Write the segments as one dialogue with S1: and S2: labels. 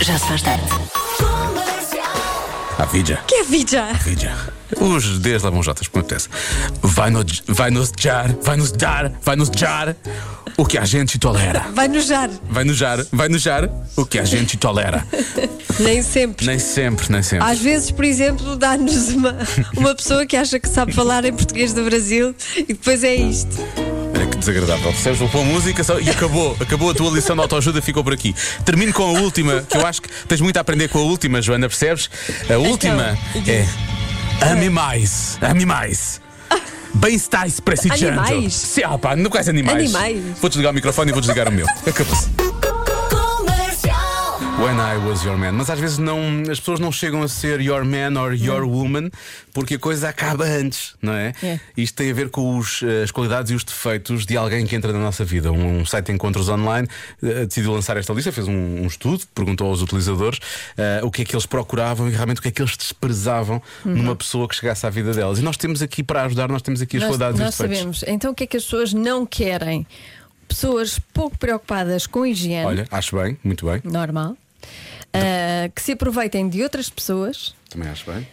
S1: Já se faz tarde.
S2: A vida.
S3: Que é vida?
S2: Vida. Os Ds lá vão Jotas, como acontece. Vai, no, vai nos jar, vai nos dar, vai nos jar o que a gente tolera.
S3: Vai nojar.
S2: Vai nos jar, vai nos jar o que a gente tolera.
S3: Nem sempre.
S2: Nem sempre, nem sempre.
S3: Às vezes, por exemplo, dá-nos uma, uma pessoa que acha que sabe falar em português do Brasil e depois é isto.
S2: Olha que desagradável. Percebes? Vou pôr música só- e acabou. Acabou a tua lição de autoajuda, ficou por aqui. Termino com a última, que eu acho que tens muito a aprender com a última, Joana, percebes? A
S3: Então,
S2: última é. Ame mais. Ame mais. Bem-estais para si,
S3: Animais?
S2: Sim, ah, pá, não quais animais.
S3: Animais.
S2: Vou desligar o microfone e vou desligar o meu. Acabou-se. When I was your man. Mas às vezes não, as pessoas não chegam a ser your man or your woman porque a coisa acaba antes, não é?
S3: É.
S2: Isto tem a ver com os, eh, as qualidades e os defeitos de alguém que entra na nossa vida. Um, site de encontros online eh, decidiu lançar esta lista, fez um, um estudo, perguntou aos utilizadores eh, o que é que eles procuravam e realmente o que é que eles desprezavam numa pessoa que chegasse à vida delas. E nós temos aqui para ajudar, nós temos aqui as
S4: nós
S2: qualidades e
S4: nós
S2: os defeitos.
S4: sabemos. Então o que é que as pessoas não querem? Pessoas pouco preocupadas com higiene,
S2: Olha, acho bem, muito bem.
S4: normal, ah, que se aproveitem de outras pessoas
S2: Também acho bem.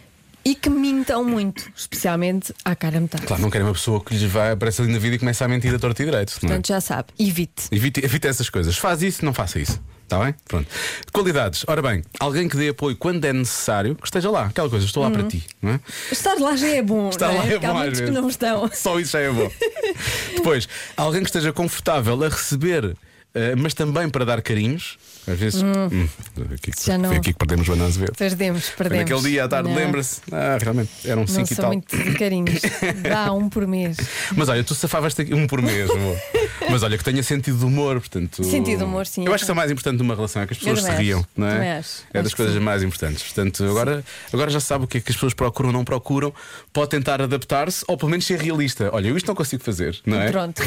S4: e que mintam muito, especialmente à cara metade.
S2: Claro, não querem uma pessoa que lhes vai, aparece ali na vida e começa a mentir a torta e direito. não é?
S4: Portanto, já sabe, evite.
S2: Evite, evite essas coisas. Faz isso, não faça isso. Está bem? Pronto. Qualidades. Ora bem, alguém que dê apoio quando é necessário, que esteja lá. Aquela coisa, estou lá
S4: Uhum.
S2: para ti. Não é?
S4: Estar lá já é bom,
S2: Estar
S4: não é?
S2: lá é
S4: Porque há
S2: bom às
S4: muitos que
S2: vezes.
S4: não estão.
S2: Só isso já é bom. Depois, alguém que esteja confortável a receber, eh, mas também para dar carinhos. Às vezes. Hum, aqui, que-
S4: Já não-
S2: Foi aqui que perdemos o Ana Azevedo.
S4: Perdemos,
S2: Foi
S4: perdemos.
S2: Naquele dia à tarde,
S4: Não,
S2: lembra-se. Ah, realmente, eram
S4: Não
S2: 5 e
S4: sou
S2: tal.
S4: muito de carinhos. Dá um por mês.
S2: Mas olha, tu safavas-te aqui um por mês, amor. Mas olha, que tenha sentido de humor, portanto.
S4: Sentido de humor, sim,
S2: Eu
S4: é
S2: acho que isso é mais importante numa relação, é que as
S4: Eu
S2: pessoas se
S4: também
S2: riam,
S4: acho,
S2: não
S4: também
S2: é?
S4: acho,
S2: É das
S4: acho que
S2: coisas
S4: sim.
S2: mais importantes. Portanto, agora, agora já sabe o que é que as pessoas procuram ou não procuram, pode tentar adaptar-se ou pelo menos ser realista. Olha, eu isto não consigo fazer, não é?
S4: Pronto.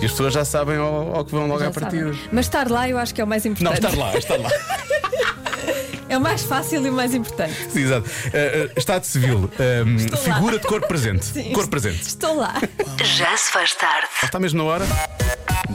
S2: E as pessoas já sabem ao, ao que vão logo
S4: já
S2: à partida.
S4: sabem. Mas estar lá eu acho que é o mais
S2: Não,
S4: importante.
S2: estar lá, estar lá.
S4: É o mais fácil e o mais importante.
S2: Sim, exato. Eh, eh, estado civil, ehm,
S4: Estou lá.
S2: figura de corpo presente. Corpo presente.
S4: Estou lá.
S1: Já se faz tarde.
S2: Está mesmo na hora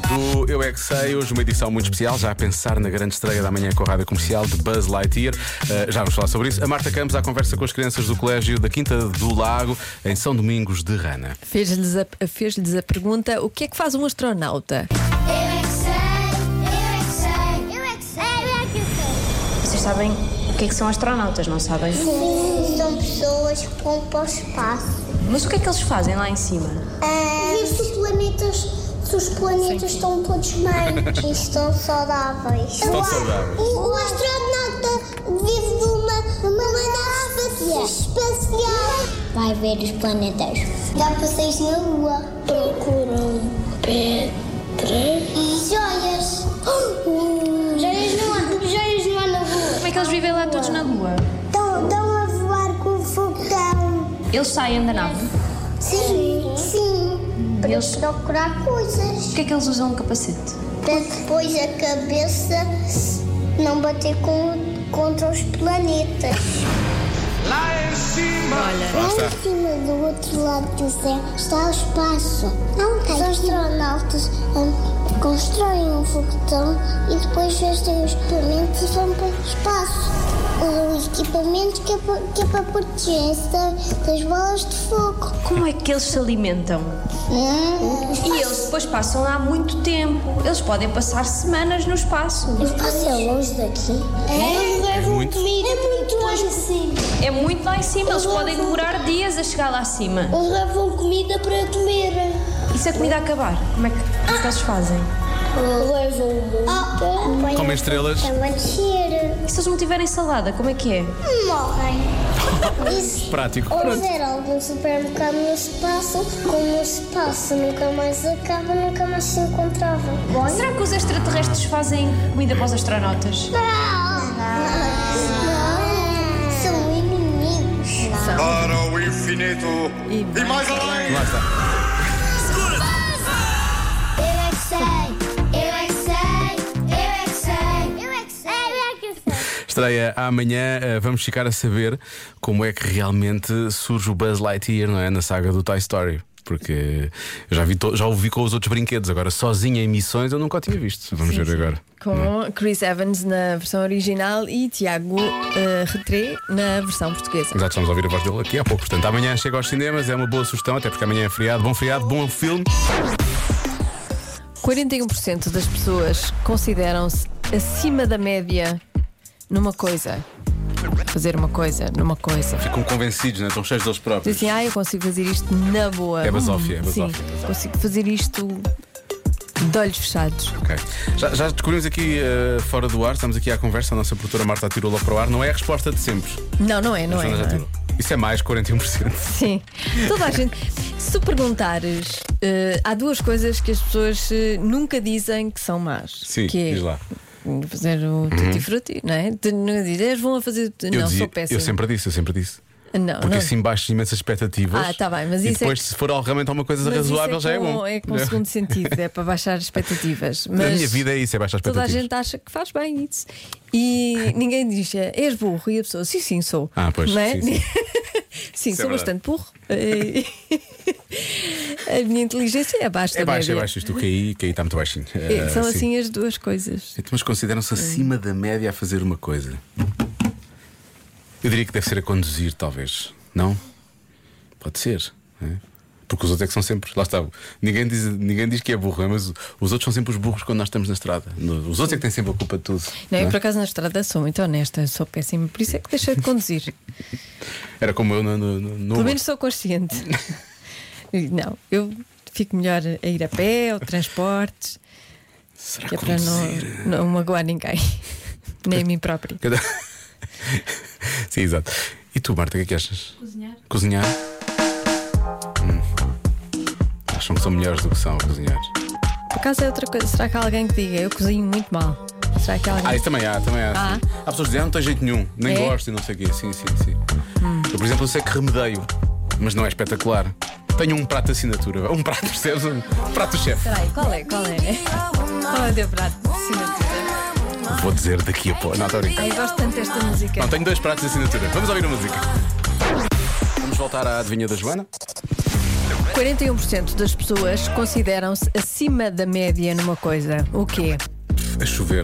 S2: do Eu É Que Sei, hoje uma edição muito especial, já a pensar na grande estreia da manhã com a rádio comercial de Buzz Lightyear. Eh, já vamos falar sobre isso. A Marta Campos à conversa com as crianças do Colégio da Quinta do Lago, em São Domingos de Rana.
S4: Fez-lhes a, fez-lhes a pergunta: o que é que faz um astronauta?
S5: Eu é que sei, eu é que sei, eu é que sei, eu é que sei.
S6: Vocês sabem o que é que são astronautas, não sabem?
S5: Sim, são pessoas que vão para o espaço.
S6: Mas o que é que eles fazem lá em cima?
S5: Ver se os planetas, se os planetas estão todos bem. E estão saudáveis.
S2: Estão saudáveis.
S5: O, o astronauta vive numa, numa nave espacial. Vai ver os planetas. Dá passeios na Lua. Procuram pedras. E joias. Joias não há, joias não há na Lua.
S6: Como é que eles vivem lá todos na Lua?
S5: Estão, estão a voar com o fogão.
S6: Eles saem da nave.
S5: Sim, sim. Para
S6: Eles-
S5: procurar
S6: O
S5: coisas.
S6: que é que eles usam um capacete?
S5: Para depois a cabeça não bater com, contra os planetas.
S2: Lá
S5: Um
S2: está.
S5: em cima do outro lado do céu está o espaço. Não tem. Os astronautas hum, constroem um foguetão e depois vestem os equipamentos e vão para o espaço. Os equipamentos que é para, que é para protegerem-se da- das bolas de fogo.
S6: Como é que eles se alimentam?
S5: Hum.
S6: E eles depois passam lá muito tempo. Eles podem passar semanas no espaço.
S5: O espaço é longe daqui? É, é
S2: muito.
S5: comida. É muito longe assim.
S6: É muito lá em cima. Eles podem demorar dias a chegar lá acima.
S5: Eles levam comida para comer.
S6: E se a comida acabar? Como é que, o que é que eles fazem?
S5: Levam Ah, muita.
S2: Comem estrelas.
S5: Estão a descer.
S6: E se eles não tiverem salada, como é que é?
S5: Morrem. Isso.
S2: Prático.
S5: Ou
S2: Pronto.
S5: ver algum supermercado no espaço, como o espaço nunca mais acaba, nunca mais se encontrava. Olha.
S6: Será que os extraterrestres fazem comida para os astronautas?
S5: Não. São inimigos.
S7: Para o infinito e mais além!
S2: Lá está.
S5: Eu é que sei. Eu é que sei. Eu é que sei. Eu é que sei. Eu é que sei.
S2: Estreia amanhã, eh, vamos ficar a saber como é que realmente surge o Buzz Lightyear, não é? Na saga do Toy Story. Porque eu já, vi to- já ouvi com os outros brinquedos, agora sozinha em missões eu nunca o tinha visto. Vamos ver agora.
S4: Com Chris Evans na versão original e Tiago eh, Retré na versão portuguesa.
S2: Exato, vamos ouvir a voz dele aqui há pouco. Portanto, amanhã chega aos cinemas, é uma boa sugestão, até porque amanhã é feriado. Bom feriado, bom filme.
S4: 41% das pessoas consideram-se acima da média numa coisa. Fazer uma coisa, numa coisa.
S2: Ficam convencidos, né? estão cheios deles próprios.
S4: Dizem, ah, eu consigo fazer isto na boa.
S2: É basófia, é
S4: Hum,
S2: basófia.
S4: Sim, consigo fazer isto de olhos fechados.
S2: Ok. Já, já descobrimos aqui eh, fora do ar, estamos aqui à conversa, a nossa produtora Marta atirou lá para o ar. Não é a resposta de sempre.
S4: Não, não é, não
S2: A
S4: é.
S2: Joana já
S4: não é.
S2: tirou. Isso é mais 41%.
S4: Sim, toda a gente. Se tu perguntares, eh, há duas coisas que as pessoas eh, nunca dizem que são más.
S2: Sim,
S4: que é
S2: diz lá.
S4: Fazer o tutti frutti, não é? De- Não dizes, vão a fazer. tu-" não,
S2: dizia-
S4: sou péssimo.
S2: eu sempre disse, eu sempre disse.
S4: Não,
S2: Porque
S4: não.
S2: assim baixo imensas expectativas.
S4: Ah, tá bem, mas
S2: e
S4: isso é
S2: depois,
S4: que-
S2: se for ao- realmente alguma coisa
S4: Mas isso
S2: razoável,
S4: é
S2: já é
S4: com-
S2: bom.
S4: É com o segundo sentido, é para baixar as expectativas.
S2: Na
S4: Mas
S2: minha vida é isso, é baixar
S4: Toda a
S2: expectativas.
S4: gente acha que faz bem isso. E ninguém diz, "É, és burro. E a pessoa, sim, sim, sou.
S2: Ah, pois,
S4: Não
S2: sim,
S4: é?
S2: sim.
S4: Sim,
S2: Isso é
S4: sou
S2: verdade.
S4: bastante burro. Eh, a minha inteligência é abaixo
S2: É
S4: da
S2: baixo, é
S4: média.
S2: baixo. Isto, o KI, KI está muito baixinho.
S4: É,
S2: Eh,
S4: São
S2: sim.
S4: assim as duas coisas.
S2: Então, mas consideram-se acima da média a fazer uma coisa. Eu diria que deve ser a conduzir, talvez. Não? Pode ser. não é? Porque os outros é que são sempre. Lá está. Ninguém diz, ninguém diz que é burro, é? mas os outros são sempre os burros quando nós estamos na estrada. No- Os outros é que têm sempre a culpa de tudo.
S4: Não,
S2: não
S4: eu
S2: é?
S4: por acaso na estrada sou muito honesta, sou péssima, por isso é que deixei de conduzir.
S2: Era como eu no. no, no- no-
S4: Pelo menos sou consciente. E Não, eu fico melhor a ir a pé, ao transporte,
S2: Será
S4: que é para
S2: conduzir?
S4: não, não magoar ninguém, nem a mim própria.
S2: Cada- Sim, exato. E tu, Marta, o que é que achas? Cozinhar. Cozinhar. Hum. Acham que são melhores do que são a cozinhar.
S4: Por acaso é outra coisa, será que há alguém que diga eu cozinho muito mal? Será que há
S2: Ah,
S4: alguém?
S2: isso também há, também há.
S4: Ah.
S2: sim. Há pessoas que dizem, ah, não tem jeito nenhum, nem
S4: É?
S2: gosto e não sei o quê. Sim, sim, sim. Eu, por exemplo, eu sei que remedeio, mas não é espetacular. Tenho um prato de assinatura, um prato, percebes? Um prato do chefe.
S4: Espera aí, qual é? Qual é? Qual é o teu prato de assinatura?
S2: Vou dizer daqui a pouco. Não, estou a brincar.
S4: Ai, eu gosto tanto desta
S2: Não,
S4: música.
S2: tenho dois pratos de assinatura. Vamos ouvir a música. Vamos voltar à adivinha da Joana.
S4: 41% das pessoas consideram-se acima da média numa coisa. O quê?
S2: a chover.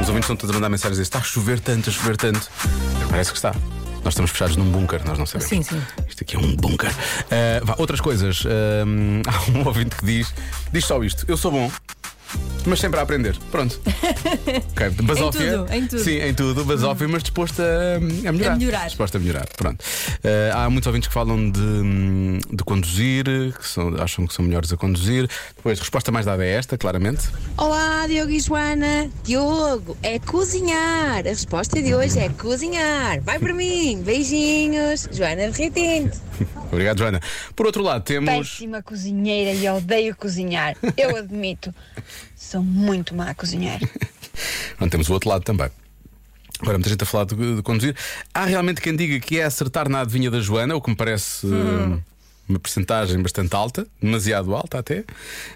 S2: Os ouvintes estão todos a mandar mensagens a dizer, está a chover tanto, a chover tanto. Parece que está. Nós estamos fechados num bunker, nós não sabemos.
S4: Sim, sim.
S2: Isto aqui é um bunker. Ah, vá, outras coisas. Ah, há um ouvinte que diz: diz só isto, eu sou bom. Mas sempre a aprender, pronto. Ok, basófia.
S4: tudo, em tudo.
S2: Sim, em tudo, basófia, mas disposta a, a melhorar.
S4: A melhorar.
S2: Disposta a melhorar, pronto. Ah, há muitos ouvintes que falam de, hum, de conduzir, que são- acham que são melhores a conduzir. Depois, a resposta mais dada é esta, claramente.
S8: Olá, Diogo e Joana. Diogo, é cozinhar. A resposta de hoje é cozinhar. Vai para mim. Beijinhos. Joana Berretino.
S2: Obrigado, Joana. Por outro lado, temos.
S8: Péssima cozinheira e odeio cozinhar. Eu admito. Sou muito má a cozinhar.
S2: Pronto, temos o outro lado também. Agora, muita gente a falar de, de conduzir. Há realmente quem diga que é acertar na adivinha da Joana, o que me parece.
S4: Hum.
S2: eh, Uma percentagem bastante alta, demasiado alta até.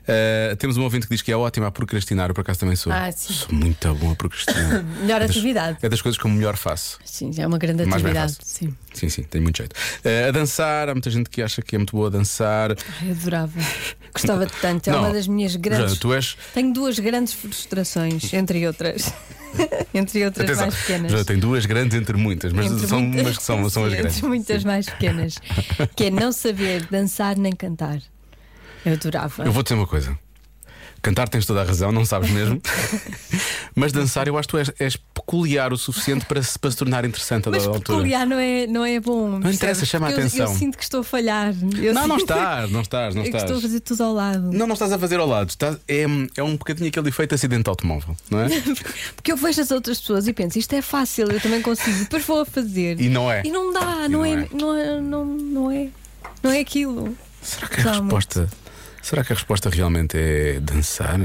S2: Eh, temos um ouvinte que diz que é ótima a procrastinar, eu por acaso também sou.
S4: Ah, sim.
S2: Sou muito bom a procrastinar.
S4: Melhor atividade.
S2: é das coisas que eu melhor faço.
S4: Sim, é uma grande
S2: Mais bem
S4: atividade.
S2: faço.
S4: Sim,
S2: Sim, sim, tem muito jeito. Eh, a dançar, há muita gente que acha que é muito boa a dançar.
S4: Ai, adorava. Gostava tanto. Então É
S2: Não.
S4: uma das minhas grandes.
S2: Joana, tu é- és.
S4: Tenho duas grandes frustrações, entre outras. entre outras mais pequenas.
S2: Joana, tem duas grandes entre muitas, mas
S4: Entre
S2: são
S4: muitas-
S2: umas que são, são as
S4: Sim, entre
S2: grandes.
S4: muitas mais pequenas. que é não saber dançar nem cantar. Eu adorava.
S2: Eu vou dizer uma coisa. Cantar tens toda a razão, não sabes mesmo. Mas dançar eu acho que tu és, és peculiar o suficiente para se, para se tornar interessante a
S4: Mas
S2: dada altura.
S4: peculiar não é, não é bom.
S2: Não interessa,
S4: percebes?
S2: chama a
S4: Porque eu- Eu,
S2: atenção.
S4: sinto que estou a falhar. Eu
S2: Não, não
S4: sinto É
S2: estás, não estás, não
S4: que
S2: estás.
S4: estou a fazer tudo ao lado.
S2: Não, não estás a fazer ao lado. Estás- é, é um bocadinho aquele efeito acidente de automóvel, não é?
S4: Porque eu vejo as outras pessoas e penso, isto é fácil, eu também consigo, depois vou a fazer.
S2: E não é.
S4: E não dá,
S2: E
S4: não,
S2: não
S4: é,
S2: é.
S4: Não, é, não, não é. Não é aquilo.
S2: Será que a
S4: Calma.
S2: resposta. Será que a resposta realmente é dançar?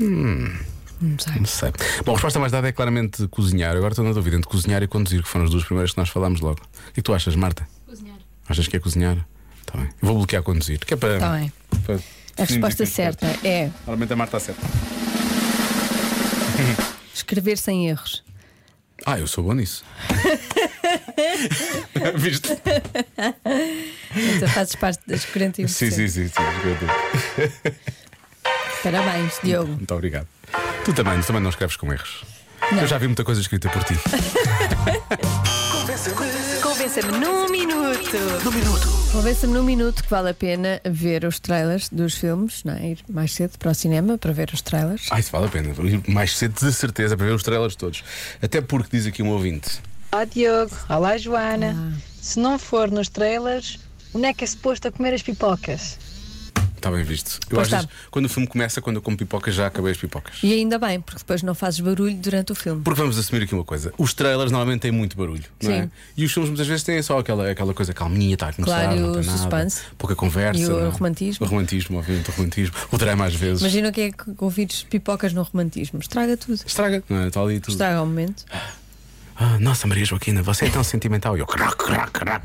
S2: Hum.
S4: Não sei.
S2: Não sei. Bom, a resposta mais dada é claramente cozinhar. Agora estou na dúvida entre cozinhar e conduzir, que foram as duas primeiras que nós falámos logo. O que tu achas, Marta? Cozinhar. Achas que é cozinhar? Está bem. Eu vou bloquear conduzir, que é para.
S4: Está Tá bem.
S2: para
S4: A
S2: definirmos aqui
S4: resposta
S2: as
S4: certa
S2: coisas.
S4: é
S2: é Normalmente a Marta acerta.
S4: escrever sem erros.
S2: Ah, eu sou bom nisso. Viste?
S4: Então fazes parte das 41%.
S2: Sim, sim, sim, sim.
S4: Parabéns, Diogo.
S2: Muito obrigado. Tu também, tu também não escreves com erros.
S4: Não.
S2: Eu já vi muita coisa escrita por ti.
S1: Convença-me num minuto.
S4: Convença-me num minuto que vale a pena ver os trailers dos filmes, não é? Ir mais cedo para o cinema para ver os trailers.
S2: Ah, isso vale a pena. Vou ir mais cedo, de certeza, para ver os trailers todos. Até porque diz aqui um ouvinte.
S9: Olá Diogo, olá Joana. Se não for nos trailers, onde é que é suposto a comer as pipocas?
S2: Está bem visto. Eu
S4: Pois
S2: às vezes,
S4: está.
S2: quando o filme começa, quando eu como pipoca, já acabei as pipocas.
S4: E ainda bem, porque depois não fazes barulho durante o filme.
S2: Porque vamos assumir aqui uma coisa: os trailers normalmente têm muito barulho, não é?
S4: Sim.
S2: E os filmes muitas vezes têm só aquela, aquela coisa calminha, está a começar,
S4: Claro, e
S2: não
S4: o
S2: tem nada,
S4: suspense.
S2: pouca conversa.
S4: E o
S2: não é?
S4: romantismo.
S2: O romantismo, obviamente, o romantismo. O drama às vezes.
S4: Imagina o que é que ouvires pipocas no romantismo. Estraga tudo.
S2: Estraga, não é? Está ali tudo.
S4: Estraga o momento.
S2: Ah, nossa, Maria Joaquina, você é tão sentimental. E eu, crac, crac, crac.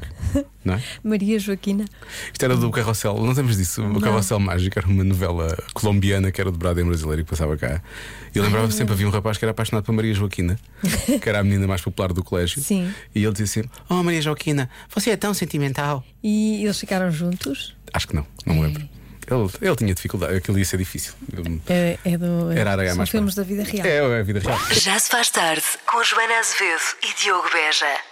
S2: Não é?
S4: Maria Joaquina.
S2: Isto era do Carrossel, não temos disso. O Carrossel Mágico era uma novela colombiana que era dobrada em brasileiro e que passava cá. E eu lembrava sempre: havia um rapaz que era apaixonado por Maria Joaquina, que era a menina mais popular do colégio.
S4: Sim.
S2: E ele dizia assim: Oh, Maria Joaquina, você é tão sentimental.
S4: E eles ficaram juntos?
S2: Acho que não, não me lembro. Ele, ele tinha dificuldade, aquilo ia ser difícil. Eu-
S4: É, é do.
S2: Era a areia
S4: são
S2: mais
S4: filmes da
S2: forte.
S4: vida real.
S2: É, é a vida real.
S1: Já se faz tarde com Joana Azevedo e Diogo Beja.